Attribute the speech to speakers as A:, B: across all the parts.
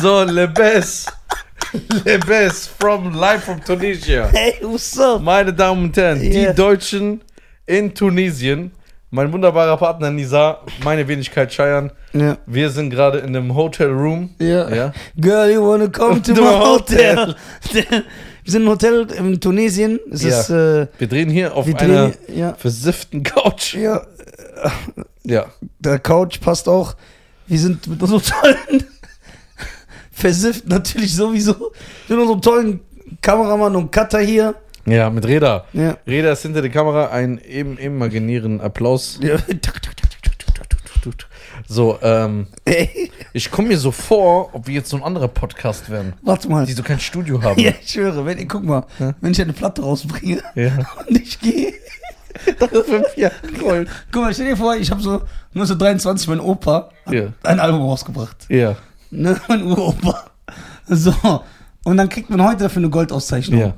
A: So, Lebes. Lebes from live from Tunisia.
B: Hey, what's up?
A: Meine Damen und Herren,
B: Yeah.
A: die Deutschen in Tunesien. Mein wunderbarer Partner Nisa, meine Wenigkeit Scheiern.
B: Ja.
A: Wir sind gerade in einem Hotel Room.
B: Ja.
A: Ja.
B: Girl, you wanna come to
A: To
B: my
A: my
B: hotel? Wir sind im Hotel in Tunesien. Es
A: Ja.
B: ist, äh,
A: Wir drehen hier auf
B: wir
A: einer
B: drehen, ja.
A: versifften Couch.
B: Ja,
A: Ja.
B: der Couch passt auch. Wir sind mit unserem tollen, versifft natürlich sowieso, mit unserem tollen Kameramann und Cutter hier.
A: Ja, mit Reda.
B: Ja.
A: Reda ist hinter der Kamera. Einen eben imaginären Applaus.
B: ja.
A: So, ähm,
B: Ey,
A: ich komme mir so vor, ob wir jetzt so ein anderer Podcast wären,
B: warte mal.
A: die so kein Studio haben.
B: Ja, ich schwöre, wenn, guck mal,
A: Ja.
B: wenn ich eine Platte rausbringe
A: Ja.
B: und ich gehe.
A: fünf Jahre Gold.
B: Guck mal, stell dir vor, ich habe so 1923 mein Opa hat
A: Ja.
B: ein Album rausgebracht.
A: Ja.
B: Ne? Mein Uropa. So. Und dann kriegt man heute dafür eine Goldauszeichnung.
A: Ja.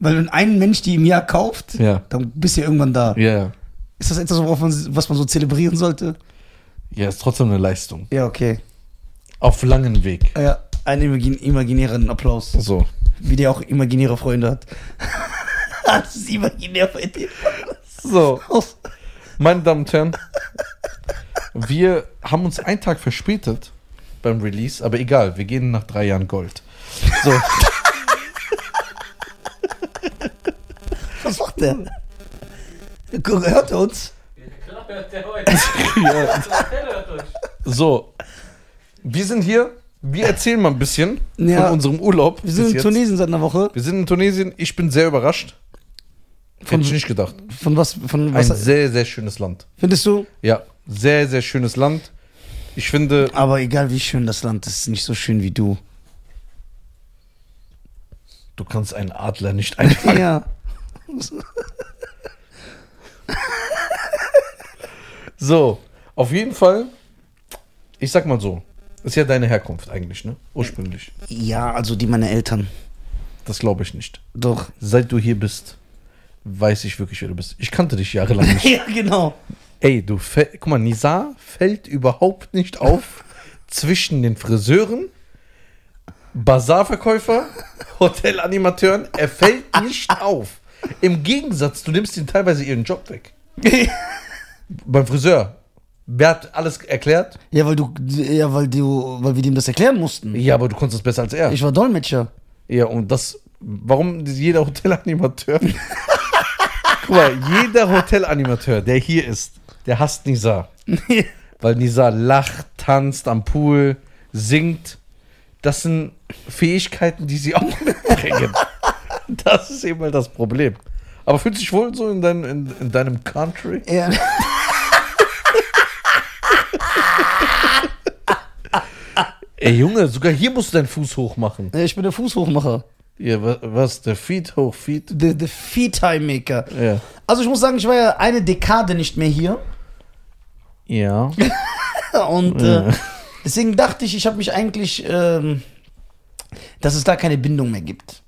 B: Weil wenn ein Mensch die im Jahr kauft,
A: Ja.
B: dann bist du ja irgendwann da.
A: Ja.
B: Ist das etwas, worauf man, was man so zelebrieren sollte?
A: Ja, ist trotzdem eine Leistung.
B: Ja, okay.
A: Auf langen Weg.
B: Ja, einen imagin- imaginären Applaus.
A: So.
B: Wie der auch imaginäre Freunde hat. das ist imaginär bei dir.
A: So, meine Damen und Herren, wir haben uns einen Tag verspätet beim Release, aber egal, wir gehen nach drei Jahren Gold. So,
B: Was macht der? Guck, Hört er uns?
C: Klar hört der heute.
A: ja.
C: Klar hört euch.
A: so, wir sind hier, wir erzählen mal ein bisschen
B: Ja.
A: von unserem Urlaub.
B: Wir sind
A: bis
B: in
A: jetzt.
B: Tunesien seit einer Woche.
A: Wir sind in Tunesien, ich bin sehr überrascht. Hätte ich nicht gedacht.
B: Von was? Von
A: Ein
B: was
A: sehr, sehr schönes Land.
B: findest du?
A: Ja, sehr, sehr schönes Land. Ich finde,
B: Aber egal wie schön das Land ist, ist nicht so schön wie du.
A: du kannst einen Adler nicht einfangen.
B: Ja.
A: So, auf jeden Fall, ich sag mal so, ist ja deine Herkunft eigentlich, ne? Ursprünglich.
B: Ja, also die meiner Eltern.
A: Das glaube ich nicht.
B: Doch.
A: Seit du hier bist, weiß ich wirklich, wer du bist. Ich kannte dich jahrelang nicht.
B: Ja, genau.
A: Ey, du, fäll- guck mal, Nisa fällt überhaupt nicht auf zwischen den Friseuren, Bazarverkäufer, Hotelanimateuren. Er fällt nicht auf. Im Gegensatz, du nimmst ihnen teilweise ihren Job weg. Beim Friseur. Wer hat alles erklärt?
B: Ja, weil du, ja, weil du, weil wir dem das erklären mussten.
A: Ja, aber du konntest es besser als er.
B: Ich war Dolmetscher.
A: Ja, und das, warum jeder Hotelanimateur? Guck mal, jeder Hotelanimateur, der hier ist, der hasst Nisa. Weil Nisa lacht, tanzt am Pool, singt. Das sind Fähigkeiten, die sie auch mitbringen. Das ist eben mal das Problem. Aber fühlst du dich wohl so in, dein, in, in deinem Country?
B: Ja.
A: Ey Junge, sogar hier musst du deinen Fuß hoch machen.
B: Ich bin der Fußhochmacher.
A: Ja, wa- was? Der Feet hoch, Feet?
B: Der, der Fee-Time-Maker.
A: Ja.
B: Also ich muss sagen, ich war ja eine Dekade nicht mehr hier.
A: Ja.
B: Und äh, deswegen dachte ich, ich habe mich eigentlich, ähm, dass es da keine Bindung mehr gibt.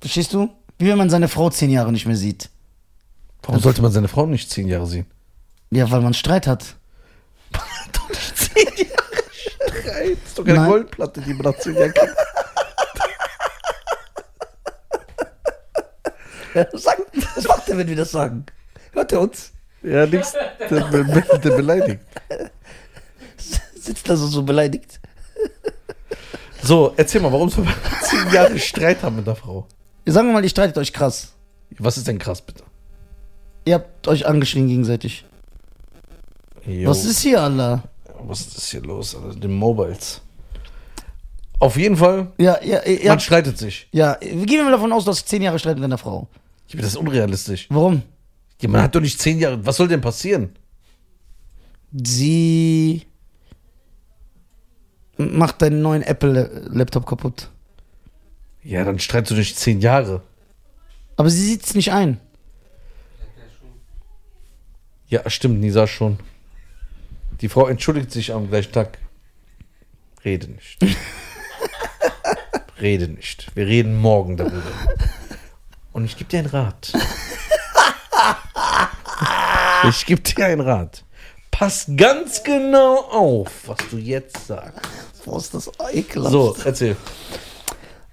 B: Verstehst du? Wie wenn man seine Frau zehn Jahre nicht mehr sieht.
A: Warum sollte man seine Frau nicht zehn Jahre sehen?
B: Ja, weil man Streit hat.
A: Ey, das ist doch keine
B: Nein.
A: Goldplatte, die man nach zehn Jahren kriegt.
B: Sag, was macht er, wenn wir das sagen? Hört er uns?
A: Ja, nix. Der, be- be- der beleidigt.
B: Sitzt da so, so beleidigt.
A: So, erzähl mal, warum soll man zehn Jahre Streit haben mit der Frau?
B: Sagen wir mal, ihr streitet euch krass.
A: Was ist denn krass, bitte?
B: Ihr habt euch angeschrien gegenseitig.
A: Jo,
B: Was ist hier, Allah?
A: was ist hier los, Alter? Den Mobiles. Auf jeden Fall,
B: Ja, ja, ihr, ihr
A: man
B: habt,
A: streitet sich.
B: ja, wir gehen mal davon aus, dass zehn Jahre Streit mit deiner Frau.
A: Ich finde das unrealistisch.
B: Warum?
A: Ja, man hat doch nicht zehn Jahre. Was soll denn passieren?
B: Sie macht deinen neuen Apple-Laptop kaputt.
A: Ja, dann streitest du nicht zehn Jahre.
B: Aber sie sieht es nicht ein.
A: Ja, stimmt, Nisa schon. Die Frau entschuldigt sich am gleichen Tag. Rede nicht. Rede nicht. Wir reden morgen darüber. Und ich gebe dir einen Rat. Ich gebe dir einen Rat. Pass ganz genau auf, was du jetzt sagst.
B: Boah, ist das ekelhaft.
A: So, erzähl.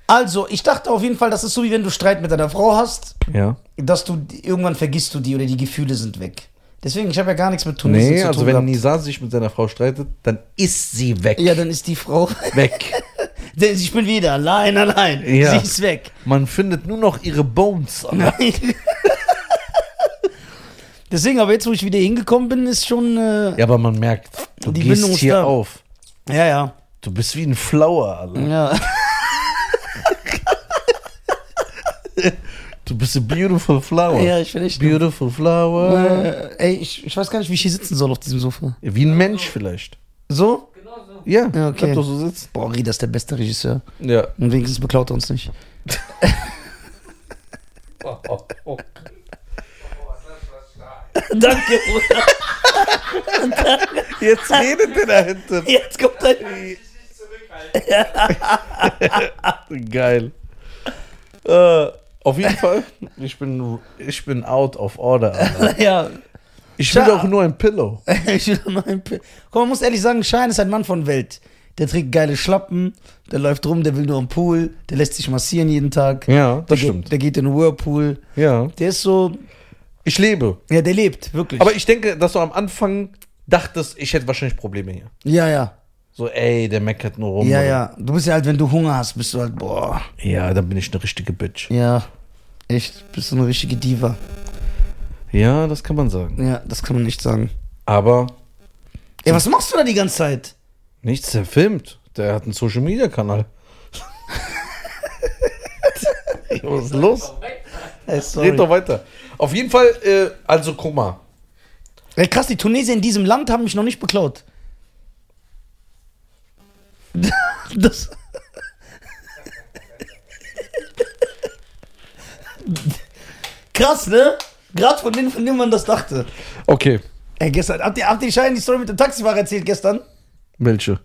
B: Also, ich dachte auf jeden Fall, das ist so, wie wenn du Streit mit deiner Frau hast,
A: Ja.
B: dass du die- irgendwann vergisst du die oder die Gefühle sind weg. Deswegen, ich habe ja gar nichts mit Tunesien
A: Nee,
B: zu
A: also
B: tun
A: wenn
B: gehabt.
A: Nisa sich mit seiner Frau streitet, dann ist sie weg.
B: Ja, dann ist die Frau
A: Weg.
B: Denn ich bin wieder allein, allein.
A: Ja.
B: Sie ist weg.
A: Man findet nur noch ihre Bones.
B: Nein. Deswegen, aber jetzt, wo ich wieder hingekommen bin, ist schon. Äh,
A: Ja, aber man merkt, du
B: Die
A: gehst
B: Bindung ist
A: hier
B: da.
A: auf.
B: ja, ja.
A: Du bist wie ein Flower, Alter.
B: ja.
A: Du bist a beautiful flower.
B: Ja, ich bin echt.
A: Beautiful flower.
B: Äh, ey, ich, ich weiß gar nicht, wie ich hier sitzen soll auf diesem Sofa.
A: Wie ein Mensch vielleicht.
B: So?
C: Genau so.
A: Ja,
B: Ja, okay.
A: bleib doch so sitzen.
B: Boah, Rieder ist der beste Regisseur.
A: Ja.
B: Und wenigstens beklaut er uns nicht.
A: Danke, Bruder. Jetzt redet der da hinten.
B: Jetzt kommt ein.
C: Ich nicht zurückhalten.
A: Geil. Äh, auf jeden Fall, ich bin, ich bin out of order. Alter.
B: Ja.
A: Ich will
B: Ciao.
A: auch nur ein Pillow.
B: Ich will noch einen Pi- Komm, man muss ehrlich sagen, Schein ist ein Mann von Welt. Der trägt geile Schlappen, der läuft rum, der will nur am Pool, der lässt sich massieren jeden Tag.
A: Ja,
B: der
A: das
B: Geht,
A: stimmt.
B: der geht in den Whirlpool.
A: Ja.
B: Der ist so,
A: Ich lebe.
B: ja, der lebt, wirklich.
A: Aber ich denke, dass du am Anfang dachtest, ich hätte wahrscheinlich Probleme hier.
B: ja, ja,
A: So, ey, der meckert nur rum.
B: ja,
A: oder-
B: ja. Du bist ja halt, wenn du Hunger hast, bist du halt, boah,
A: Ja, dann bin ich eine richtige Bitch.
B: ja, echt, bist du eine richtige Diva.
A: Ja, das kann man sagen.
B: Ja, das kann man nicht sagen.
A: Aber
B: Ey, was machst du da die ganze Zeit?
A: nichts, der filmt. Der hat einen Social Media Kanal. Was ist los?
C: Weg.
B: Ey,
A: Red
B: sorry.
A: doch weiter. Auf jeden Fall, äh, also guck mal.
B: Ey, krass, die Tunesier in diesem Land haben mich noch nicht beklaut. Das. Krass, ne? Gerade von denen, von denen man das dachte.
A: Okay,
B: Ey, gestern, habt ihr, habt ihr Schein die Story mit dem Taxifahrer erzählt gestern?
A: welche?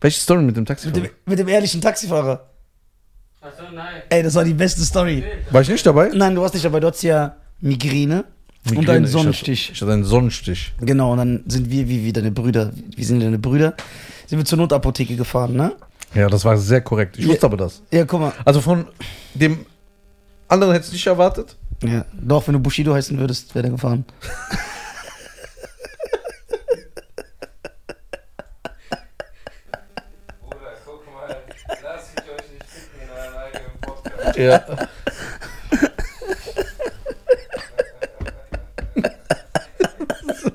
A: Welche Story mit dem
B: Mit
A: Taxifahrer?
B: dem, mit dem ehrlichen Taxifahrer.
C: Achso, nein.
B: Ey, das war die beste Story.
C: Nee,
A: War ich nicht dabei?
B: Nein, du warst nicht, aber du hattest ja Migräne, und
A: Migräne,
B: einen
A: ich
B: Sonnenstich.
A: hatte- Ich hatte einen Sonnenstich.
B: Genau, und dann sind wir, wie, wie deine Brüder, wie sind deine Brüder, sind wir zur Notapotheke gefahren, ne?
A: Ja, das war sehr korrekt. Ich
B: Ja.
A: wusste aber das.
B: Ja, guck mal.
A: Also von dem anderen hättest du nicht erwartet.
B: Ja, doch, wenn du Bushido heißen würdest, wäre der gefahren.
C: Bruder, guck mal. Lasst mich euch nicht ficken in einem eigenen Podcast.
A: Ja.
C: Macht nur so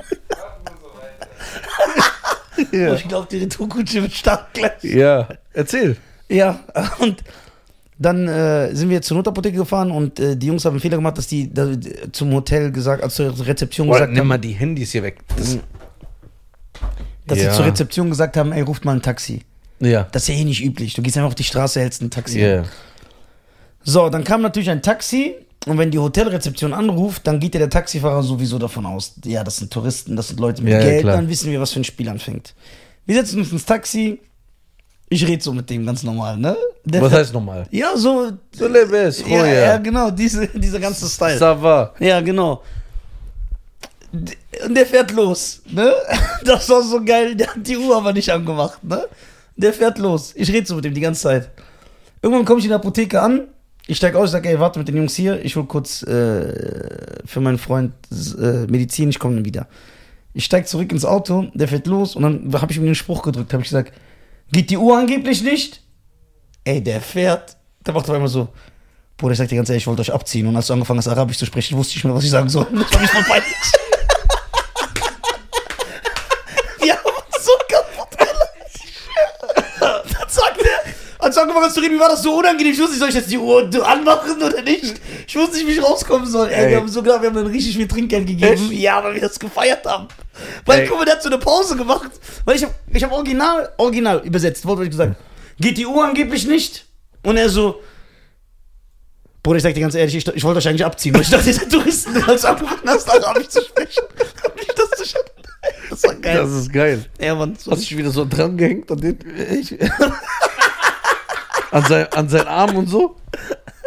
C: weiter.
A: ja.
B: Ich glaube, die Retourkutsche wird stark gleich.
A: ja. Erzähl.
B: Ja, und dann äh, sind wir zur Notapotheke gefahren und äh, die Jungs haben einen Fehler gemacht, dass die da, zum Hotel gesagt, also zur Rezeption
A: Boah,
B: gesagt
A: nimm
B: haben,
A: mal die Handys hier weg. Das,
B: dass
A: Ja.
B: sie zur Rezeption gesagt haben, ey, ruft mal ein Taxi.
A: ja.
B: Das ist ja eh nicht üblich. Du gehst einfach auf die Straße, hältst ein Taxi.
A: Ja.
B: So, dann kam natürlich ein Taxi und wenn die Hotelrezeption anruft, dann geht ja der Taxifahrer sowieso davon aus, ja, das sind Touristen, das sind Leute mit
A: Ja, ja,
B: Geld,
A: klar.
B: dann wissen wir, was für ein Spiel anfängt. Wir setzen uns ins Taxi, ich rede so mit dem ganz normal, ne? Der-
A: Was heißt Oh, nochmal?
B: Ja, so.
A: So lebes,
B: ja, ja,
A: Roya.
B: genau, diese, dieser ganze Style.
A: Ça va.
B: Ja, genau. D- Und der fährt los, ne? Das war so geil, der hat die Uhr aber nicht angemacht, ne? Der fährt los. Ich rede so mit ihm die ganze Zeit. Irgendwann komme ich in der Apotheke an, ich steige aus, sage, ey, warte mit den Jungs hier, ich hol kurz äh, für meinen Freund äh, Medizin, ich komme dann wieder. Ich steige zurück ins Auto, der fährt los und dann habe ich ihm den Spruch gedrückt, habe ich gesagt, geht die Uhr angeblich nicht? Ey, der fährt. Der macht auf einmal so, Bruder, ich sag dir ganz ehrlich, ich wollte euch abziehen. Und als du angefangen hast, Arabisch zu sprechen, wusste ich nicht mehr, was ich sagen soll. Das war mich voll peinlich. Wir haben uns so kaputt gelacht. Dann sagt er, als du angefangen hast zu reden, mir war das so unangenehm. Ich wusste nicht, soll ich jetzt die Uhr anmachen oder nicht? Ich wusste nicht, wie ich rauskommen soll. Ey,
A: Ey.
B: wir haben sogar, wir haben dann richtig viel Trinkgeld gegeben.
A: Echt?
B: Ja, weil wir das gefeiert haben. Weil,
A: Ey.
B: guck mal, der hat so eine Pause gemacht. Weil ich hab, ich hab original, original übersetzt, wortwörtlich gesagt. Geht die Uhr angeblich nicht? Und er so, Bruder, ich sag dir ganz ehrlich, ich, ich wollte euch eigentlich abziehen, weil ich dachte, ihr seid Touristen, als du angefangen hast, Arabisch zu sprechen. Hab ich das zu schaffen. Das Also, war geil.
A: Das ist geil.
B: ja, Mann. So.
A: Hast dich wieder so dran gehängt an den. an, sein, an seinen Arm und so?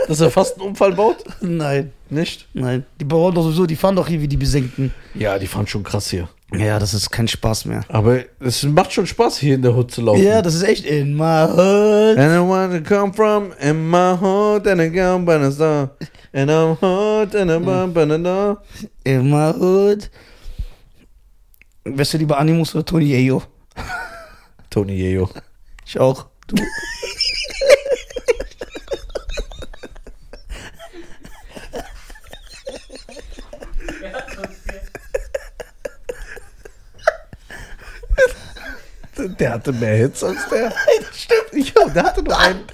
A: Dass er fast einen Unfall baut?
B: Nein,
A: Nicht?
B: nein. Die Bauern doch sowieso, die fahren doch hier wie die Besenkten.
A: Ja, die fahren schon krass hier.
B: Ja, das ist kein Spaß mehr.
A: Aber es macht schon Spaß, hier in der Hut zu laufen.
B: Ja, das ist echt in my hood.
A: And I wanna come from in my heart and I come by the star. And I'm hot and I'm mm. by the door.
B: In my hood. Wärst du lieber Animus oder Tony Yeo?
A: Tony Yeo.
B: Ich auch. Du.
A: Der hatte mehr Hits als der. Stimmt. Jo, der hatte nur einen.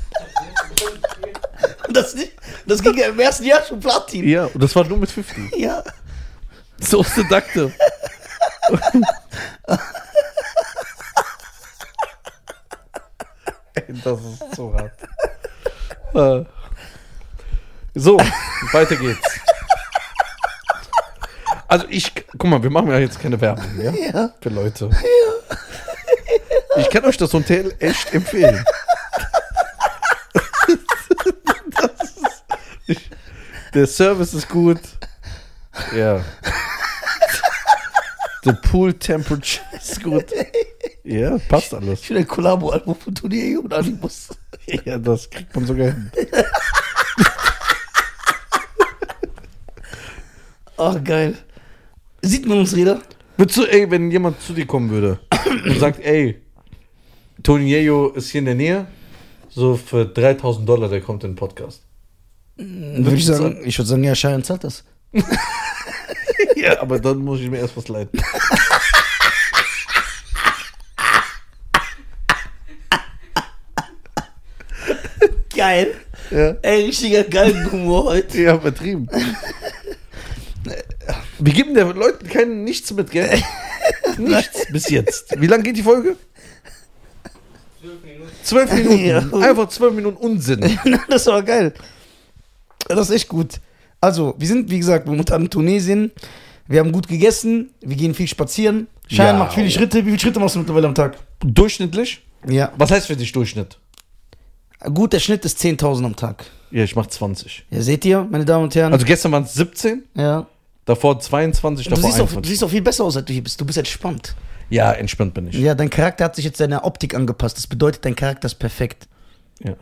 B: Und das, nicht- das ging ja im ersten Jahr schon Platin.
A: Ja, und das war nur mit 50.
B: Ja.
A: So seductive. Ey, das ist so hart. Äh, So, weiter geht's. Also ich, guck mal, wir machen ja jetzt keine Werbung mehr
B: Ja.
A: für Leute. Ich kann euch das Hotel echt empfehlen. Das ist, der Service ist gut. Ja. The pool temperature ist gut. Ja, passt alles.
B: Ich will ein Kollabo-Album von Tony Yeo und Animus.
A: Ja, das kriegt man sogar hin.
B: Ach, Oh, geil. Sieht man uns, Räder?
A: Würdest du, ey, wenn jemand zu dir kommen würde und sagt, ey, Tony Yeo ist hier in der Nähe, so für 3000 Dollar, der kommt in den Podcast.
B: Würde ich sagen, ich würde sagen, ja, Schein zahlt das.
A: Ja, aber dann muss ich mir erst was leiten.
B: Geil.
A: Ja,
B: Ey, richtiger Galgenhumor heute.
A: ja übertrieben. Wir geben der Leuten keinen nichts mit, gell? Nichts bis jetzt. Wie lange geht die Folge? Zwölf Minuten.
B: Ja.
A: Einfach zwölf Minuten Unsinn.
B: das war geil. Das ist echt gut. Also, wir sind, wie gesagt, momentan in Tunesien. Wir haben gut gegessen. Wir gehen viel spazieren. Schein
A: Ja.
B: macht viele Schritte. Wie viele Schritte machst du mittlerweile am Tag?
A: Durchschnittlich?
B: Ja.
A: Was heißt für dich Durchschnitt?
B: Gut, der Schnitt ist 10.000 am Tag.
A: Ja, ich mach 20.
B: Ja, seht ihr, meine Damen und Herren?
A: Also gestern waren es 17,
B: ja.
A: davor 22,
B: Du
A: davor
B: siehst, auch, du
A: 21.
B: siehst auch viel besser aus, als du hier bist. Du bist entspannt.
A: Ja, entspannt bin ich.
B: Ja, dein Charakter hat sich jetzt seiner Optik angepasst. Das bedeutet, dein Charakter ist perfekt.
A: Ja.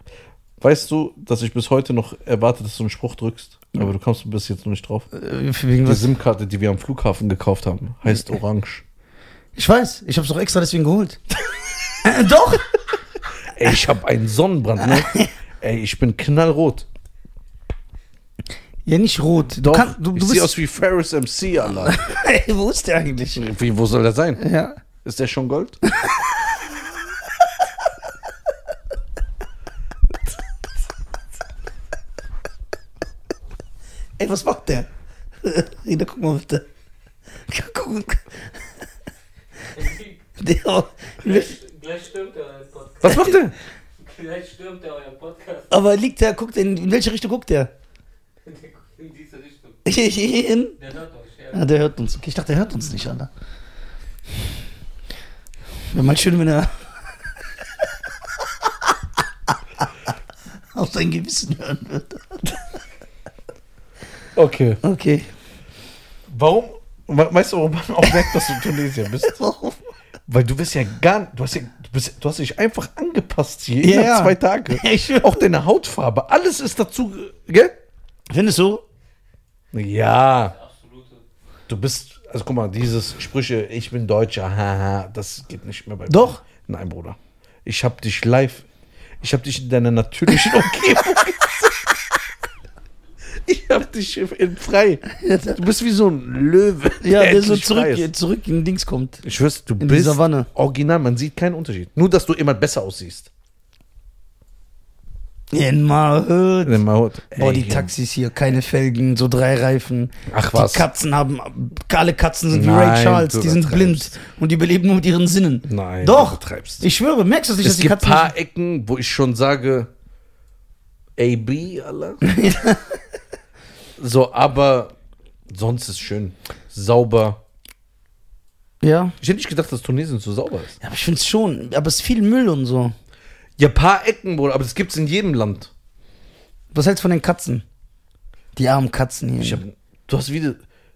A: Weißt du, dass ich bis heute noch erwarte, dass du einen Spruch drückst? Aber du kommst bis jetzt noch nicht drauf.
B: Äh, wegen
A: Die
B: was?
A: SIM-Karte, die wir am Flughafen gekauft haben, heißt Orange.
B: Ich weiß, ich hab's doch extra deswegen geholt. äh, doch!
A: Ey, ich habe einen Sonnenbrand, ne? Ey, ich bin knallrot.
B: Ja, nicht rot. Du,
A: Doch,
B: kannst, du,
A: ich
B: du
A: sehe
B: bist.
A: aus wie Ferris MC, Allah.
B: Ey, wo ist der eigentlich?
A: wie, wo soll der sein?
B: Ja.
A: Ist der schon Gold?
B: Ey, was macht der? Rina, guck mal bitte. Guck, guck. Der,
C: Gleich stürmt er euren Podcast.
A: Was macht der?
C: Gleich stürmt er euren Podcast.
B: aber liegt der, guckt der, in, in welche Richtung guckt der?
C: Der guckt In diese Richtung.
B: Hier hier hin?
C: Der hört euch, ja.
B: Ah, der hört uns. Okay, ich dachte, der hört uns nicht, Alter. Wäre mal schön, wenn er. auf sein Gewissen hören würde.
A: Okay.
B: Okay.
A: Warum? we- Weißt du, warum man auch merkt, dass du Tunesier bist?
B: Warum?
A: Weil du bist ja gar du hast ja, du, bist, du hast dich einfach angepasst hier
B: Ja,
A: innerhalb
B: ja.
A: zwei Tage.
B: Ich schwör.
A: Auch deine Hautfarbe, alles ist dazu, gell?
B: Findest du?
A: Ja.
C: Absolute.
A: Du bist, also guck mal, dieses Sprüche, ich bin Deutscher, haha, das geht nicht mehr bei mir.
B: Doch.
A: Nein, Bruder. Ich hab dich live, ich hab dich in deiner natürlichen Umgebung gesehen. Ich hab dich in frei. Du bist wie so ein Löwe.
B: Ja, der so
A: endlich frei
B: zurück,
A: ist.
B: zurück in Dings kommt.
A: Ich schwör's, du
B: die
A: bist
B: Savanne.
A: original, man sieht keinen Unterschied. Nur, dass du immer besser aussiehst.
B: In Mahut. Boah,
A: Boah,
B: die Taxis hier, keine Felgen, so drei Reifen.
A: Ach, was.
B: Die Katzen haben, alle Katzen sind wie Ray
A: Nein,
B: Charles,
A: du
B: die sind blind
A: übertreibst.
B: und die beleben nur mit ihren Sinnen.
A: Nein,
B: Doch,
A: du übertreibst.
B: ich schwöre, merkst du nicht, dass
A: Es
B: die
A: gibt
B: Katzen...
A: paar Ecken, wo ich schon sage, AB, Allah. so, aber sonst ist schön. Sauber.
B: ja.
A: Ich hätte nicht gedacht, dass Tunesien so sauber ist.
B: ja, aber ich find's schon, aber es ist viel Müll und so.
A: Ja, paar Ecken, Bruder, aber das gibt's in jedem Land.
B: Was hältst du von den Katzen? Die armen Katzen hier.
A: Ich hab, du hast wieder,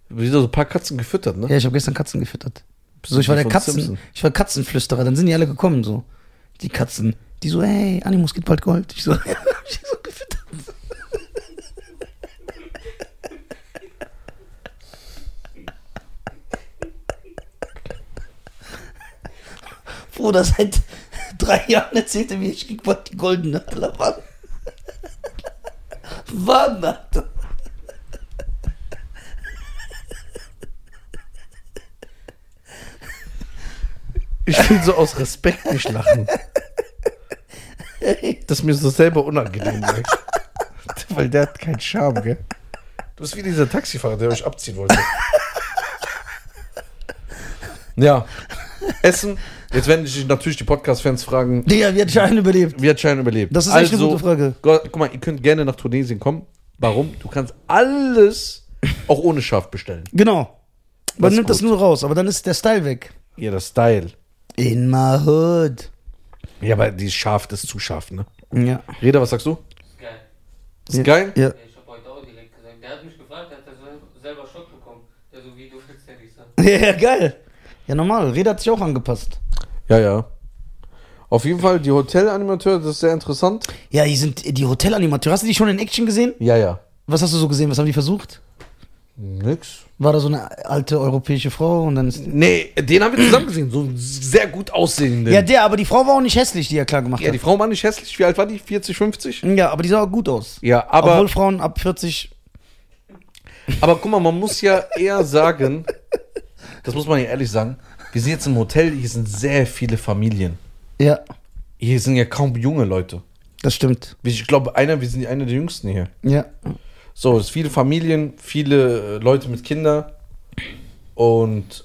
A: wieder so ein paar Katzen gefüttert, ne?
B: ja, ich habe gestern Katzen gefüttert. So, ich war
A: Die
B: der
A: von
B: Katzen,
A: Simpson.
B: ich war Katzenflüsterer, dann sind die alle gekommen, so. Die Katzen. Die so, hey, Animus gibt bald Gold. Ich so, ich so gefüttert. Bruder, seit drei Jahren erzählt er mir, ich krieg bald die goldene Halle, Mann. Wann, Alter?
A: Ich will so aus Respekt nicht lachen. Das ist mir so selber unangenehm wird. Weil der hat keinen Charme, gell? Du bist wie dieser Taxifahrer, der euch abziehen wollte. Ja. Essen. Jetzt werden sich natürlich die Podcast-Fans fragen,
B: Digga, wie hat Schein überlebt?
A: wie hat Schein überlebt?
B: Das ist echt eine gute Frage.
A: Gott, guck mal, ihr könnt gerne nach Tunesien kommen. Warum? Du kannst alles auch ohne Schaf bestellen.
B: Genau. Man
A: Das ist
B: nimmt das
A: gut.
B: nur raus, aber dann ist der Style weg.
A: Ja, das Style.
B: In my hood.
A: Ja, aber dieses Schaf, das ist zu scharf, ne?
B: Ja.
A: Reda, was sagst du?
C: Geil.
A: Ist geil?
B: Ja.
C: Ich hab heute auch direkt gesagt. Der hat mich gefragt, der hat ja sel- selber Schock bekommen. Der so, wie du willst ja nicht sagen.
B: ja, geil. Ja, normal. Reda hat sich auch angepasst.
A: Ja, ja. Auf jeden Fall, die Hotelanimateure, das ist sehr interessant.
B: Ja, die sind die Hotelanimateure. Hast du die schon in Action gesehen?
A: Ja, ja.
B: Was hast du so gesehen? Was haben die versucht?
A: Nix.
B: War da so eine alte europäische Frau und dann ist.
A: Nee, den haben wir zusammen gesehen. So einen sehr gut aussehenden.
B: Ja,
A: Ja,
B: der, aber die Frau war auch nicht hässlich, die er klar gemacht
A: die Frau war nicht hässlich. Wie alt war die? 40, 50?
B: hat. Ja, aber die sah auch gut aus.
A: Ja, aber,
B: Obwohl Frauen ab 40.
A: aber guck mal, man muss ja eher sagen, das muss man ja ehrlich sagen, wir sind jetzt im Hotel, hier sind sehr viele Familien.
B: Ja,
A: Hier sind ja kaum junge Leute.
B: das stimmt.
A: Ich glaube, einer, wir sind die- einer der jüngsten hier.
B: Ja.
A: So, es sind viele Familien, viele äh, Leute mit Kindern. Und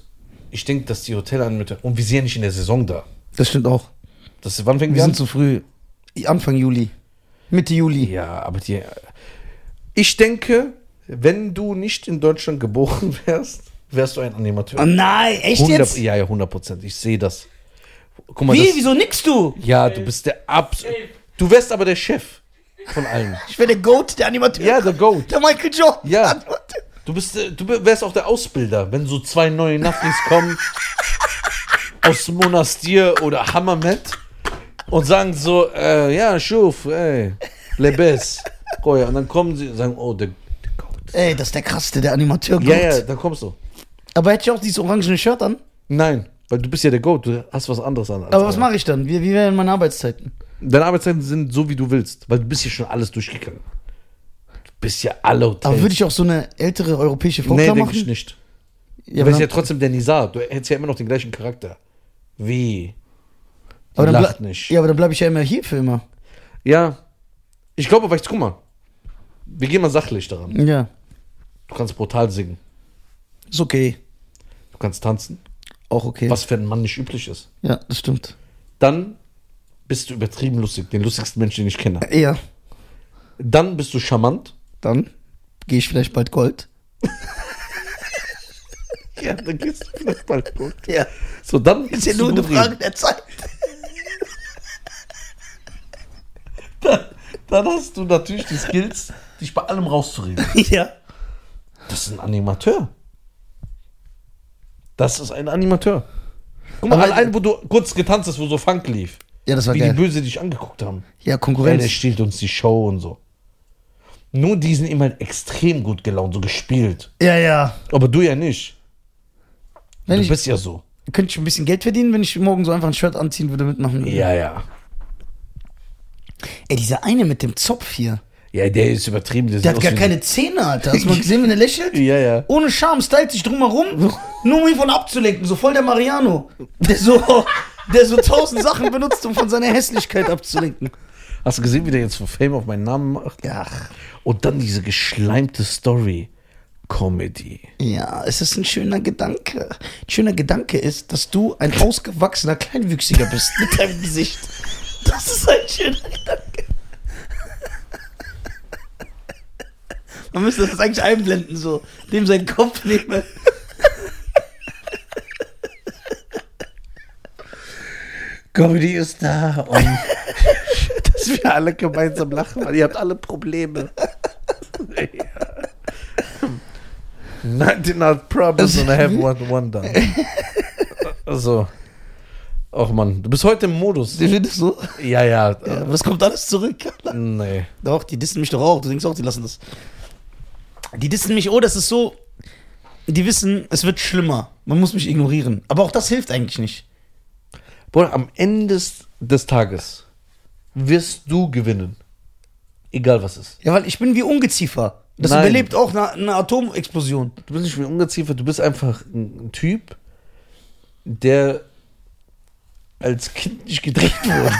A: ich denke, dass die Hotelanmieter. Und wir sind ja nicht in der Saison da.
B: Das stimmt auch.
A: Das, wann fängt
B: Wir
A: die an?
B: sind zu früh. Anfang Juli. Mitte Juli.
A: ja, aber die. äh, Ich denke, wenn du nicht in Deutschland geboren wärst, wärst du ein Animateur.
B: Oh nein, echt
A: 100
B: jetzt?
A: Ja, ja, 100 Prozent. Ich sehe das. Guck mal,
B: Wie?
A: das,
B: Wieso nix du?
A: Ja, du bist der absolute. Du wärst aber der Chef von allen.
B: Ich wäre der Goat, der Animateur.
A: ja, der Goat.
B: Der Michael Jordan.
A: Ja. Du bist, äh, du wärst auch der Ausbilder, wenn so zwei neue Nafis kommen aus Monastir oder Hammermet und sagen so, äh, ja, Schuf, ey, Lebes. Oh ja, und dann kommen sie und sagen, oh, der, der Gott.
B: Ey, das ist der krasseste, der Animateur Goat.
A: Ja, ja, dann kommst du.
B: Aber hätte ich auch dieses orangene Shirt an?
A: Nein, weil du bist ja der Goat, du hast was anderes an. als
B: Aber was
A: er.
B: mache ich dann? Wie, wie wären meine Arbeitszeiten?
A: Deine Arbeitszeiten sind so, wie du willst, weil du bist ja schon alles durchgegangen. Du bist ja alle Hotels.
B: Aber würde ich auch so eine ältere europäische Frau
A: Nee,
B: klar
A: denke
B: machen?
A: ich nicht.
B: Ja,
A: du
B: aber
A: bist ja
B: dann,
A: trotzdem der Nizar, du hättest ja immer noch den gleichen Charakter. Wie? Die
B: aber dann
A: lacht
B: blei-
A: nicht.
B: Ja, aber dann bleibe ich ja immer hier für immer.
A: Ja. Ich glaube, weißt du, guck mal. Wir gehen mal sachlich daran.
B: Ja.
A: Du kannst brutal singen.
B: Ist okay.
A: Du kannst tanzen.
B: Auch okay.
A: Was für einen Mann nicht üblich ist.
B: Ja, das stimmt.
A: Dann bist du übertrieben lustig. Den lustigsten Menschen, den ich kenne.
B: Ja.
A: Dann bist du charmant.
B: Dann gehe ich vielleicht bald Gold.
A: Ja, dann gehst du vielleicht bald gut.
B: Ja.
A: So, dann
B: Ist ja nur eine Frage der Zeit.
A: Dann hast du natürlich die Skills, dich bei allem rauszureden.
B: ja.
A: Das ist ein Animateur. Das ist ein Animateur. Guck mal,
B: Aber-
A: allein, wo du kurz getanzt hast, wo so Funk lief.
B: Ja, das war
A: Wie die
B: geil.
A: Böse dich angeguckt haben.
B: Ja,
A: Ey, der
B: Konkurrenz.
A: stiehlt uns die Show und so. Nur die sind immer extrem gut gelaunt, so gespielt.
B: Ja, ja.
A: Aber du ja nicht.
B: Wenn
A: du
B: ich,
A: bist ja so.
B: könnte ich ein bisschen Geld verdienen, wenn ich morgen so einfach ein Shirt anziehen würde, mitmachen würde.
A: Ja, ja.
B: Ey, dieser eine mit dem Zopf hier.
A: Ja, der ist übertrieben.
B: Der hat gar keine Zähne, Alter. Hast du mal gesehen, wenn er lächelt?
A: Ja, ja.
B: Ohne Scham, stylt sich drumherum, nur um ihn von abzulenken. So voll der Mariano. Der so, der so tausend Sachen benutzt, um von seiner Hässlichkeit abzulenken.
A: Hast du gesehen, wie der jetzt von Fame auf meinen Namen macht?
B: Ja,
A: Und dann diese geschleimte Story. Comedy.
B: ja, es ist ein schöner Gedanke. Ein schöner Gedanke ist, dass du ein ausgewachsener Kleinwüchsiger bist mit deinem Gesicht. Das ist ein schöner Gedanke. Man müsste das eigentlich einblenden, so. Dem seinen Kopf nehmen.
A: Comedy ist da, um dass wir alle gemeinsam lachen, weil ihr habt alle Probleme. Ninety-nine problems and I have one, one done. Also. Och Mann, du bist heute im Modus.
B: Den findest du?
A: Ja, ja. Äh,
B: Ja, aber das kommt alles zurück.
A: Nee.
B: Doch, die dissen mich doch auch. Du denkst auch, die lassen das. Die dissen mich, oh, das ist so. Die wissen, es wird schlimmer. Man muss mich ignorieren. Aber auch das hilft eigentlich nicht.
A: Bruder, am Ende des, des Tages wirst du gewinnen. Egal was ist.
B: Ja, weil ich bin wie Ungeziefer. Das
A: Nein.
B: überlebt auch eine, eine Atomexplosion.
A: Du bist nicht mehr ungeziefer, du bist einfach ein ein Typ, der als Kind nicht gedreht wurde.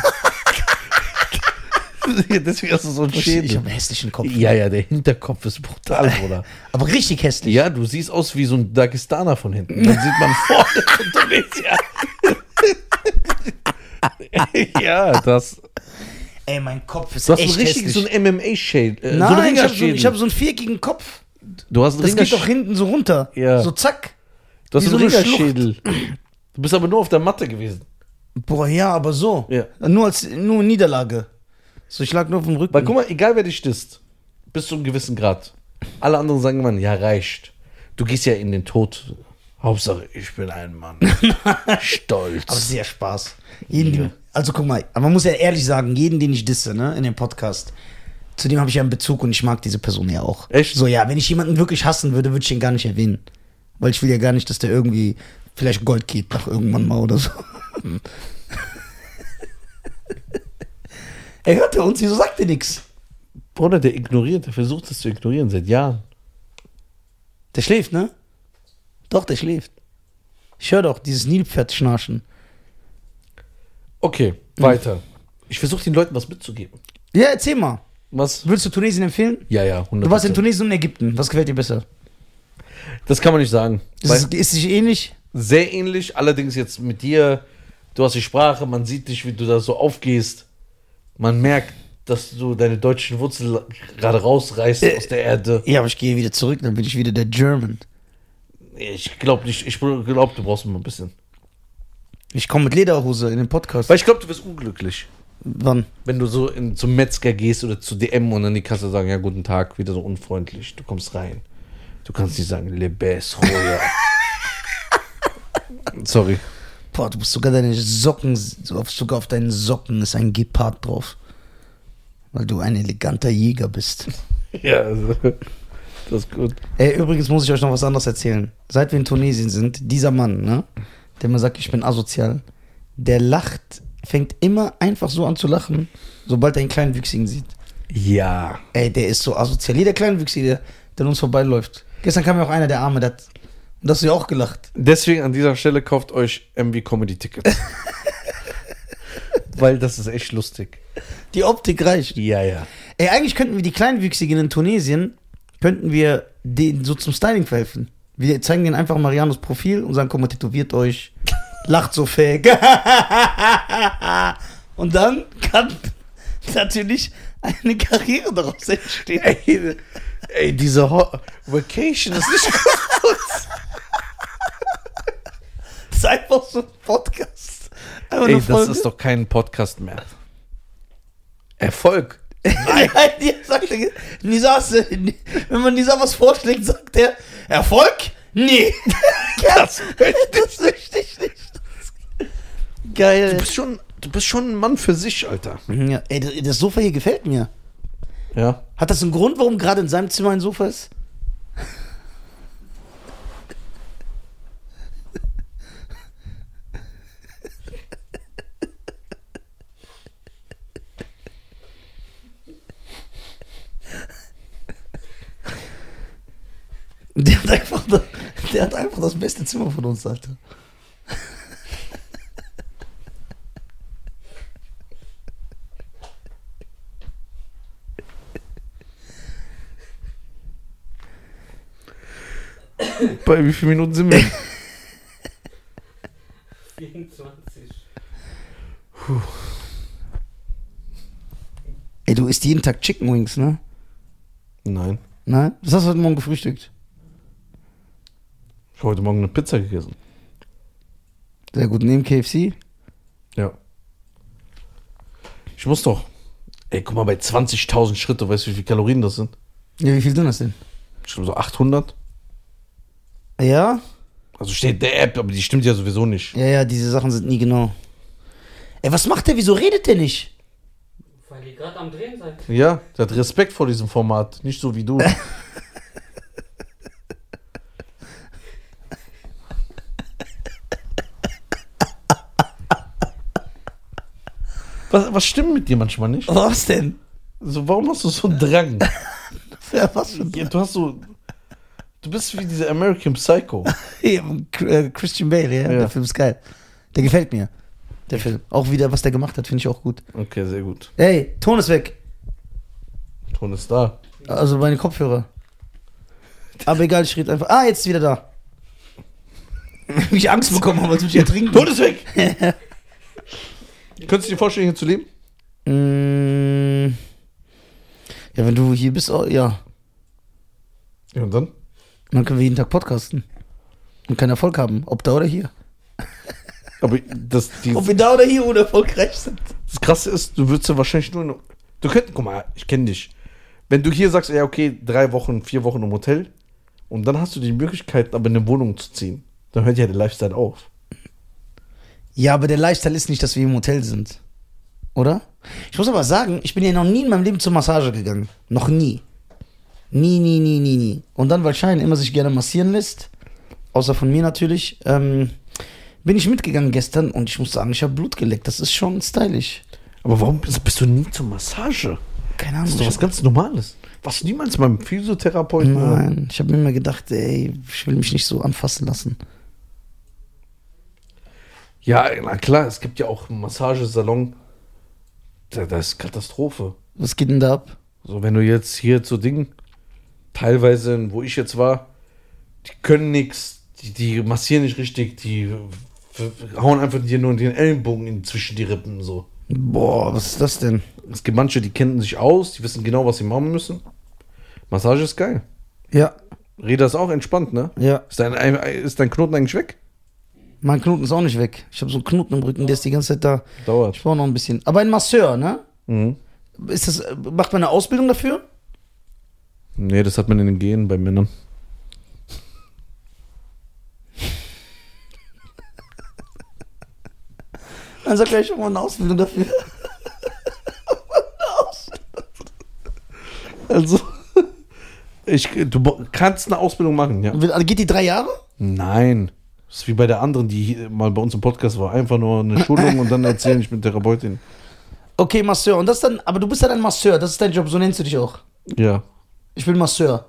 A: Deswegen hast du so einen
B: Ich, ich habe
A: Schädel.
B: einen hässlichen Kopf.
A: Ja, ja, der Hinterkopf ist brutal, Bruder.
B: Aber richtig hässlich.
A: Ja, du siehst aus wie so ein Dagestaner von hinten. Dann sieht man vorne Indonesier. ja, das,
B: Ey, mein Kopf ist
A: du hast
B: echt
A: ein richtig
B: hässlich.
A: so ein MMA-Shade. Äh, so
B: Nein,
A: einen
B: ich habe so, ich hab
A: Ringerschädel.
B: so einen viereckigen Kopf.
A: du hast einen
B: Das geht doch
A: Ringersch-
B: hinten so runter.
A: Ja.
B: So zack.
A: du hast
B: wie
A: einen
B: so eine Schlucht.
A: Ringerschädel. Du bist aber nur auf der Matte gewesen.
B: Boah, ja, aber so.
A: Ja.
B: Nur als nur Niederlage. So, ich lag nur auf dem Rücken.
A: Weil guck mal, egal wer dich disst, bis zu einem gewissen Grad. Alle anderen sagen immer, ja, reicht. Du gehst ja in den Tod. Hauptsache, ich bin ein Mann. Stolz.
B: Aber es ist ja Spaß. Jeden, den- Also guck mal, aber man muss ja ehrlich sagen, jeden, den ich disse, ne, in dem Podcast, zu dem habe ich ja einen Bezug und ich mag diese Person ja auch.
A: Echt?
B: So, ja, wenn ich jemanden wirklich hassen würde, würde ich ihn gar nicht erwähnen. Weil ich will ja gar nicht, dass der irgendwie vielleicht Gold geht nach irgendwann mal oder so. Ey, hört er uns? Wieso sagt er nichts?
A: Bruder, der ignoriert, der versucht es zu ignorieren seit Jahren.
B: Der schläft, ne? Doch, der schläft. Ich höre doch dieses Nilpferd schnarchen.
A: Okay, weiter. Ich versuche den Leuten was mitzugeben.
B: Ja, erzähl mal.
A: Was?
B: Würdest du Tunesien empfehlen?
A: Ja, ja, 100%.
B: Du warst in Tunesien und in Ägypten. Was gefällt dir besser?
A: Das kann man nicht sagen.
B: Das
A: Weil
B: ist, ist sich ähnlich.
A: sehr ähnlich, allerdings jetzt mit dir. Du hast die Sprache, man sieht dich, wie du da so aufgehst. Man merkt, dass du deine deutschen Wurzeln gerade rausreißt aus der Erde.
B: Ja, aber ich gehe wieder zurück, dann bin ich wieder der German.
A: Ich glaube nicht, ich glaube, du brauchst mal ein bisschen.
B: Ich komme mit Lederhose in den Podcast.
A: Weil ich glaube, du wirst unglücklich,
B: Wann?
A: wenn du so in, zum Metzger gehst oder zu DM und an die Kasse sagen, ja, guten Tag, wieder so unfreundlich. Du kommst rein. Du kannst nicht sagen, lebes, roya. Sorry.
B: Boah, du bist sogar deine Socken, auf- sogar auf deinen Socken ist ein Gepard drauf. Weil du ein eleganter Jäger bist.
A: Ja, also, das ist gut.
B: Ey, übrigens muss ich euch noch was anderes erzählen. Seit wir in Tunesien sind, dieser Mann, ne, der mir sagt, ich bin asozial, der lacht, fängt immer einfach so an zu lachen, sobald er einen kleinen Wüchsigen sieht.
A: Ja.
B: Ey, der ist so asozial. Jeder Kleinwüchsige, der, der an uns vorbeiläuft. Gestern kam ja auch einer, der Arme, der hat. Und das hast du ja auch gelacht.
A: Deswegen an dieser Stelle kauft euch MV Comedy Tickets. Weil das ist echt lustig.
B: Die Optik reicht.
A: Ja, ja.
B: Ey, eigentlich könnten wir die Kleinwüchsigen in Tunesien, könnten wir denen so zum Styling verhelfen. Wir zeigen denen einfach Marianos Profil und sagen, guck mal, tätowiert euch. Lacht so fake. und dann kann natürlich eine Karriere daraus entstehen.
A: Ey, ey diese Ho Vacation ist nicht
B: Das ist einfach so ein Podcast. Einfach
A: Ey,
B: eine
A: das
B: Folge.
A: ist doch kein Podcast mehr. Erfolg.
B: Nein, Nisa sagt, er- Nisa ist, äh, wenn man Nisa was vorschlägt, sagt er, Erfolg? Nee. Das, das möchte ich nicht.
A: Du
B: Geil.
A: bist schon, du bist schon ein Mann für sich, Alter.
B: Ja, ey, das, das Sofa hier gefällt mir.
A: Ja.
B: Hat das einen Grund, warum gerade in seinem Zimmer ein Sofa ist? Der hat, einfach das, der hat einfach das beste Zimmer von uns, Alter.
A: Bei wie vielen Minuten sind wir?
C: 24.
B: Ey, du isst jeden Tag Chicken Wings, ne?
A: Nein.
B: Nein? Was hast du heute Morgen gefrühstückt?
A: Ich habe heute Morgen eine Pizza gegessen.
B: Sehr gut, neben KFC.
A: Ja. Ich muss doch. Ey, guck mal, bei 20.000 Schritte, weißt du, wie viele Kalorien das sind?
B: Ja, wie viel sind das denn?
A: Ich glaube so 800.
B: Ja?
A: Also steht der App, aber die stimmt ja sowieso nicht.
B: Ja, ja, diese Sachen sind nie genau. Ey, was macht der? Wieso redet der nicht?
C: Weil ihr gerade am Drehen seid.
A: Ja, der hat Respekt vor diesem Format. Nicht so wie du. was, was stimmt mit dir manchmal nicht?
B: Was denn?
A: So, warum hast du so einen Drang?
B: Ja, was für
A: Ja, du hast so. Du bist wie dieser American Psycho.
B: ein äh, Christian Bale, ja?
A: Ja.
B: Der Film ist geil. Der gefällt mir. Der Film. Auch wieder, was der gemacht hat, finde ich auch gut.
A: Okay, sehr gut.
B: Ey, Ton ist weg.
A: Ton ist da.
B: Also meine Kopfhörer. Aber egal, ich rede einfach. Ah, jetzt ist wieder da. Wie ich Angst bekommen habe, als würde ich ertrinken.
A: Ton ist weg! Könntest du dir vorstellen, hier zu leben?
B: Mm. Ja, wenn du hier bist, oh, ja.
A: Ja, und dann?
B: Dann können wir jeden Tag podcasten. Und keinen Erfolg haben. Ob da oder hier.
A: Aber das, die,
B: wir da oder hier unerfolgreich sind.
A: das Krasse ist, du würdest ja wahrscheinlich nur. in- Du könntest. Guck mal, ich kenne dich. Wenn du hier sagst, ja, okay, drei Wochen, vier Wochen im Hotel und dann hast du die Möglichkeit, aber in eine Wohnung zu ziehen, dann hört ja der Lifestyle auf.
B: Ja, aber der Lifestyle ist nicht, dass wir im Hotel sind. Oder? Ich muss aber sagen, ich bin ja noch nie in meinem Leben zur Massage gegangen. Noch nie. Nie, nie, nie, nie, nie. Und dann, weil Schein immer sich gerne massieren lässt, außer von mir natürlich, ähm, bin ich mitgegangen gestern und ich muss sagen, ich habe Blut geleckt. Das ist schon stylisch.
A: Aber warum bist, bist du nie zur Massage? Das
B: Keine Ahnung.
A: ist doch was
B: Ich,
A: ganz Normales. Warst du niemals beim Physiotherapeuten? oder-
B: nein, ich habe mir immer gedacht, ey, ich will mich nicht so anfassen lassen.
A: Ja, na klar, es gibt ja auch einen Massagesalon. Da, das ist Katastrophe.
B: Was geht denn da ab?
A: So, wenn du jetzt hier zu Dingen, teilweise, wo ich jetzt war, die können nichts, die, die massieren nicht richtig, die f- f- hauen einfach dir nur den Ellenbogen in zwischen die Rippen. So.
B: Boah, was ist das denn?
A: Es gibt manche, die kennen sich aus, die wissen genau, was sie machen müssen. Massage ist geil.
B: Ja,
A: Reda ist auch entspannt, ne?
B: ja.
A: Ist dein, ist dein Knoten eigentlich weg?
B: Mein Knoten ist auch nicht weg. Ich habe so einen Knoten im Rücken, der ist die ganze Zeit da. Ich
A: Dauert.
B: brauche noch ein bisschen. Aber ein Masseur, ne?
A: Mhm.
B: Ist das, äh, macht man eine Ausbildung dafür?
A: Nee, das hat man in den Genen bei Männern.
B: Dann sag gleich schon mal eine Ausbildung dafür.
A: Also, ich, du bo- kannst eine Ausbildung machen, ja.
B: Will- also Geht die drei Jahre?
A: Nein. Das ist wie bei der anderen, die hier mal bei uns im Podcast war. Einfach nur eine Schulung und dann erzählen, ich bin Therapeutin.
B: Okay, Masseur. Und das dann, aber du bist dann ein Masseur, das ist dein Job, so nennst du dich auch.
A: Ja.
B: Ich bin Masseur.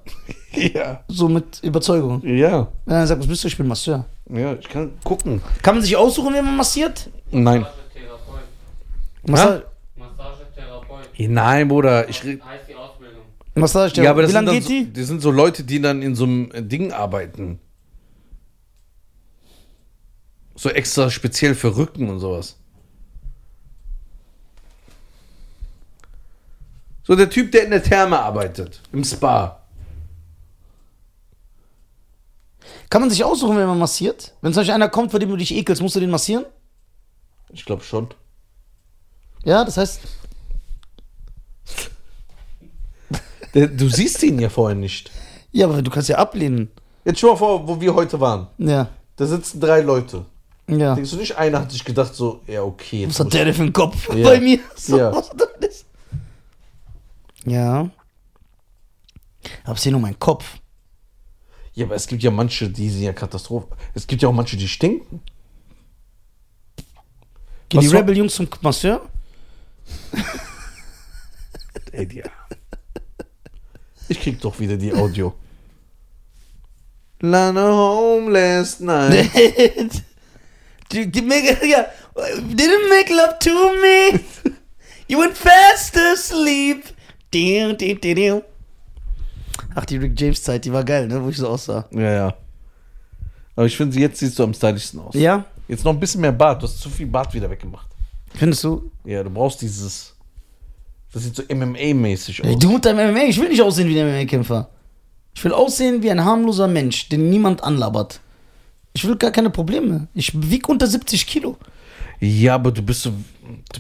A: Ja.
B: So mit Überzeugung.
A: Ja.
B: Wenn einer sagt, was bist du? Ich bin Masseur.
A: Ja, ich kann gucken.
B: Kann man sich aussuchen, wen man massiert?
A: Nein.
C: Massagetherapeut.
B: Massa
C: Massagetherapeut.
A: Nein, Bruder. Ich re-
C: heißt die Ausbildung.
B: Massage
A: ja, aber das
B: Wie
A: sind,
B: lange
A: dann
B: geht
A: so,
B: die?
A: das sind so Leute, die dann in so einem äh, Ding arbeiten. So extra speziell für Rücken und sowas. So der Typ, der in der Therme arbeitet, im Spa.
B: Kann man sich aussuchen, wen man massiert? Wenn zum Beispiel einer kommt, vor dem du dich ekelst, musst du den massieren?
A: Ich glaube schon.
B: Ja, das heißt,
A: Der, du siehst ihn ja vorher nicht.
B: ja, aber du kannst ja ablehnen.
A: Jetzt schau mal vor, wo wir heute waren.
B: Ja,
A: Da sitzen drei Leute.
B: ja.
A: Denkst du nicht, einer hat sich gedacht so, ja okay. Jetzt
B: Ah. Was hat der denn für einen Kopf
A: Ja.
B: bei mir? So,
A: Ja.
B: was das ist. ja. Aber es ist ja nur mein Kopf.
A: ich- ja, aber es gibt ja manche, die sind ja Katastrophe. Es gibt ja auch manche, die stinken.
B: Gehen
A: Was
B: die
A: soll-
B: Rebel-Jungs zum Masseur?
A: Ey, die. Ich krieg doch wieder die Audio. Lana home last night.
B: Did you make, yeah, didn't make love to me. You went fast asleep. Diu, diu, diu, diu. Ach, die Rick James-Zeit, die war geil, ne? Wo ich so aussah.
A: Ja, ja. Aber ich finde, jetzt siehst du am stylischsten aus.
B: Ja?
A: Jetzt noch ein bisschen mehr Bart. Du hast zu viel Bart wieder weggemacht.
B: Findest du?
A: Ja, du brauchst dieses. Das sieht so MMA-mäßig
B: Ey,
A: aus.
B: du mit deinem MMA, ich will nicht aussehen wie der MMA-Kämpfer. Ich will aussehen wie ein harmloser Mensch, den niemand anlabert. Ich will gar keine Probleme. Ich wieg unter 70 Kilo.
A: Ja, aber du bist so. Du,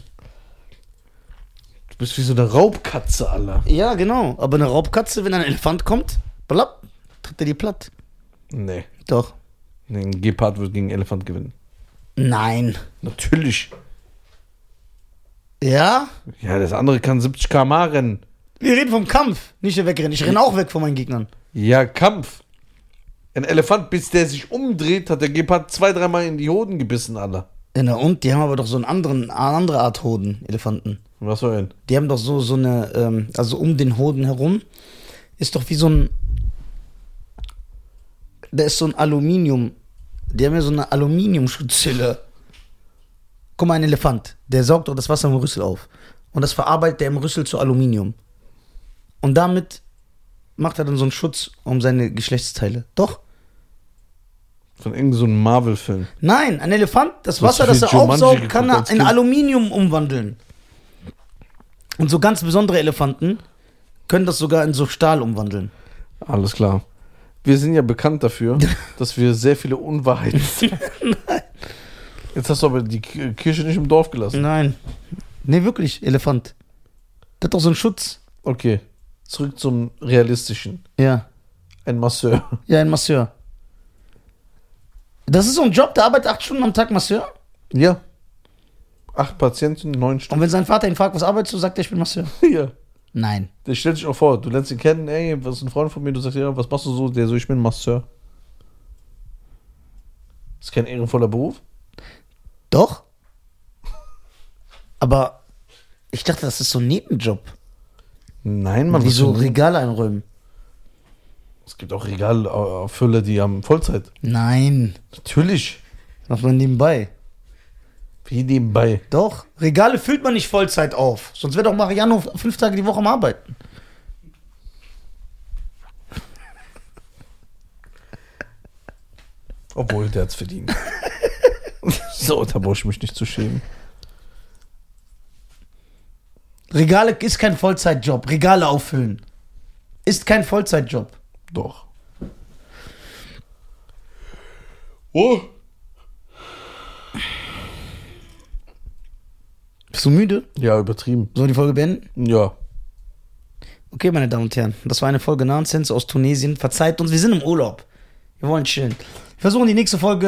A: du bist wie so eine Raubkatze, Alter.
B: Ja, genau. Aber eine Raubkatze, wenn ein Elefant kommt, blapp, tritt er die platt.
A: Nee.
B: Doch.
A: Ein Gepard wird gegen einen Elefant gewinnen.
B: Nein.
A: Natürlich.
B: Ja?
A: Ja, das andere kann 70 km/h rennen.
B: Wir reden vom Kampf, nicht hier wegrennen. Ich renne auch weg von meinen Gegnern.
A: Ja, Kampf. Ein Elefant, bis der sich umdreht, hat der Gepard zwei, dreimal in die Hoden gebissen, alle.
B: Ja, Äh, na und? Die haben aber doch so einen anderen, eine andere Art Hoden, Elefanten.
A: Was soll denn?
B: Die haben doch so, so eine, ähm, also um den Hoden herum, ist doch wie so ein, da ist so ein Aluminium, die haben ja so eine Aluminiumschutzhülle. Guck mal, ein Elefant, der saugt doch das Wasser im Rüssel auf. Und das verarbeitet er im Rüssel zu Aluminium. Und damit macht er dann so einen Schutz um seine Geschlechtsteile. Doch?
A: Von irgendeinem so einem Marvel-Film.
B: Nein, ein Elefant, das
A: hast
B: Wasser,
A: du
B: das
A: viel
B: er
A: Jumanji
B: aufsaugt, kann
A: geguckt
B: er
A: als
B: in
A: Kind?
B: Aluminium umwandeln. Und so ganz besondere Elefanten können das sogar in so Stahl umwandeln.
A: Alles klar. Wir sind ja bekannt dafür, dass wir sehr viele Unwahrheiten sagen. Jetzt hast du aber die Ki- Kirche nicht im Dorf gelassen.
B: Nein. Nee, wirklich, Elefant. Der hat doch so einen Schutz.
A: Okay, zurück zum Realistischen.
B: Ja.
A: Ein Masseur.
B: Ja, ein Masseur. Das ist so ein Job, der arbeitet acht Stunden am Tag Masseur.
A: Ja. Acht Patienten, neun Stunden.
B: Und wenn sein Vater ihn fragt, was arbeitest du, sagt er, ich bin Masseur.
A: Ja.
B: Nein.
A: Der stellt sich auch vor, du lernst ihn kennen, ey, was ist ein Freund von mir, du sagst, ja, was machst du so? Der so, ich bin Masseur. Ist kein ehrenvoller Beruf?
B: Doch. Aber ich dachte, das ist so ein Nebenjob.
A: Nein, Mann.
B: Wie so
A: was für ein-
B: Regale einräumen.
A: Es gibt auch Regalfüller, die haben Vollzeit.
B: Nein.
A: Natürlich.
B: Macht man nebenbei.
A: Wie nebenbei.
B: Doch. Regale füllt man nicht Vollzeit auf. Sonst wäre doch Mariano fünf Tage die Woche am Arbeiten.
A: Obwohl, der hat's verdient. so, da brauche ich mich nicht zu schämen.
B: Regale ist kein Vollzeitjob. Regale auffüllen. Ist kein Vollzeitjob.
A: Doch. Oh,
B: Bist du müde?
A: Ja, übertrieben.
B: Sollen wir die Folge beenden?
A: Ja.
B: Okay, meine Damen und Herren. Das war eine Folge Nonsense aus Tunesien. Verzeiht uns, wir sind im Urlaub. Wir wollen chillen. Wir versuchen die nächste Folge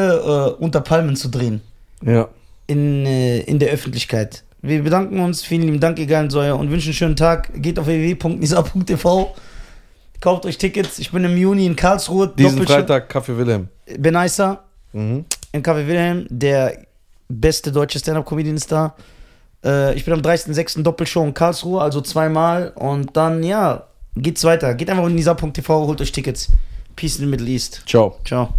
B: äh, unter Palmen zu drehen.
A: Ja.
B: in, äh, in der Öffentlichkeit. Wir bedanken uns, vielen lieben Dank, egal Säuer, und wünschen einen schönen Tag. Geht auf www.nisa.tv, kauft euch Tickets. Ich bin im Juni in Karlsruhe.
A: Diesen
B: Doppelschiff-
A: Freitag Kaffee Wilhelm.
B: Benaisa
A: Mhm.
B: im Café Wilhelm, der beste deutsche Stand-Up-Comedian ist da. Äh, ich bin am 30.06. Doppelshow in Karlsruhe, also zweimal. Und dann, ja, geht's weiter. Geht einfach auf nisa.tv, holt euch Tickets. Peace in the Middle East.
A: Ciao.
B: Ciao.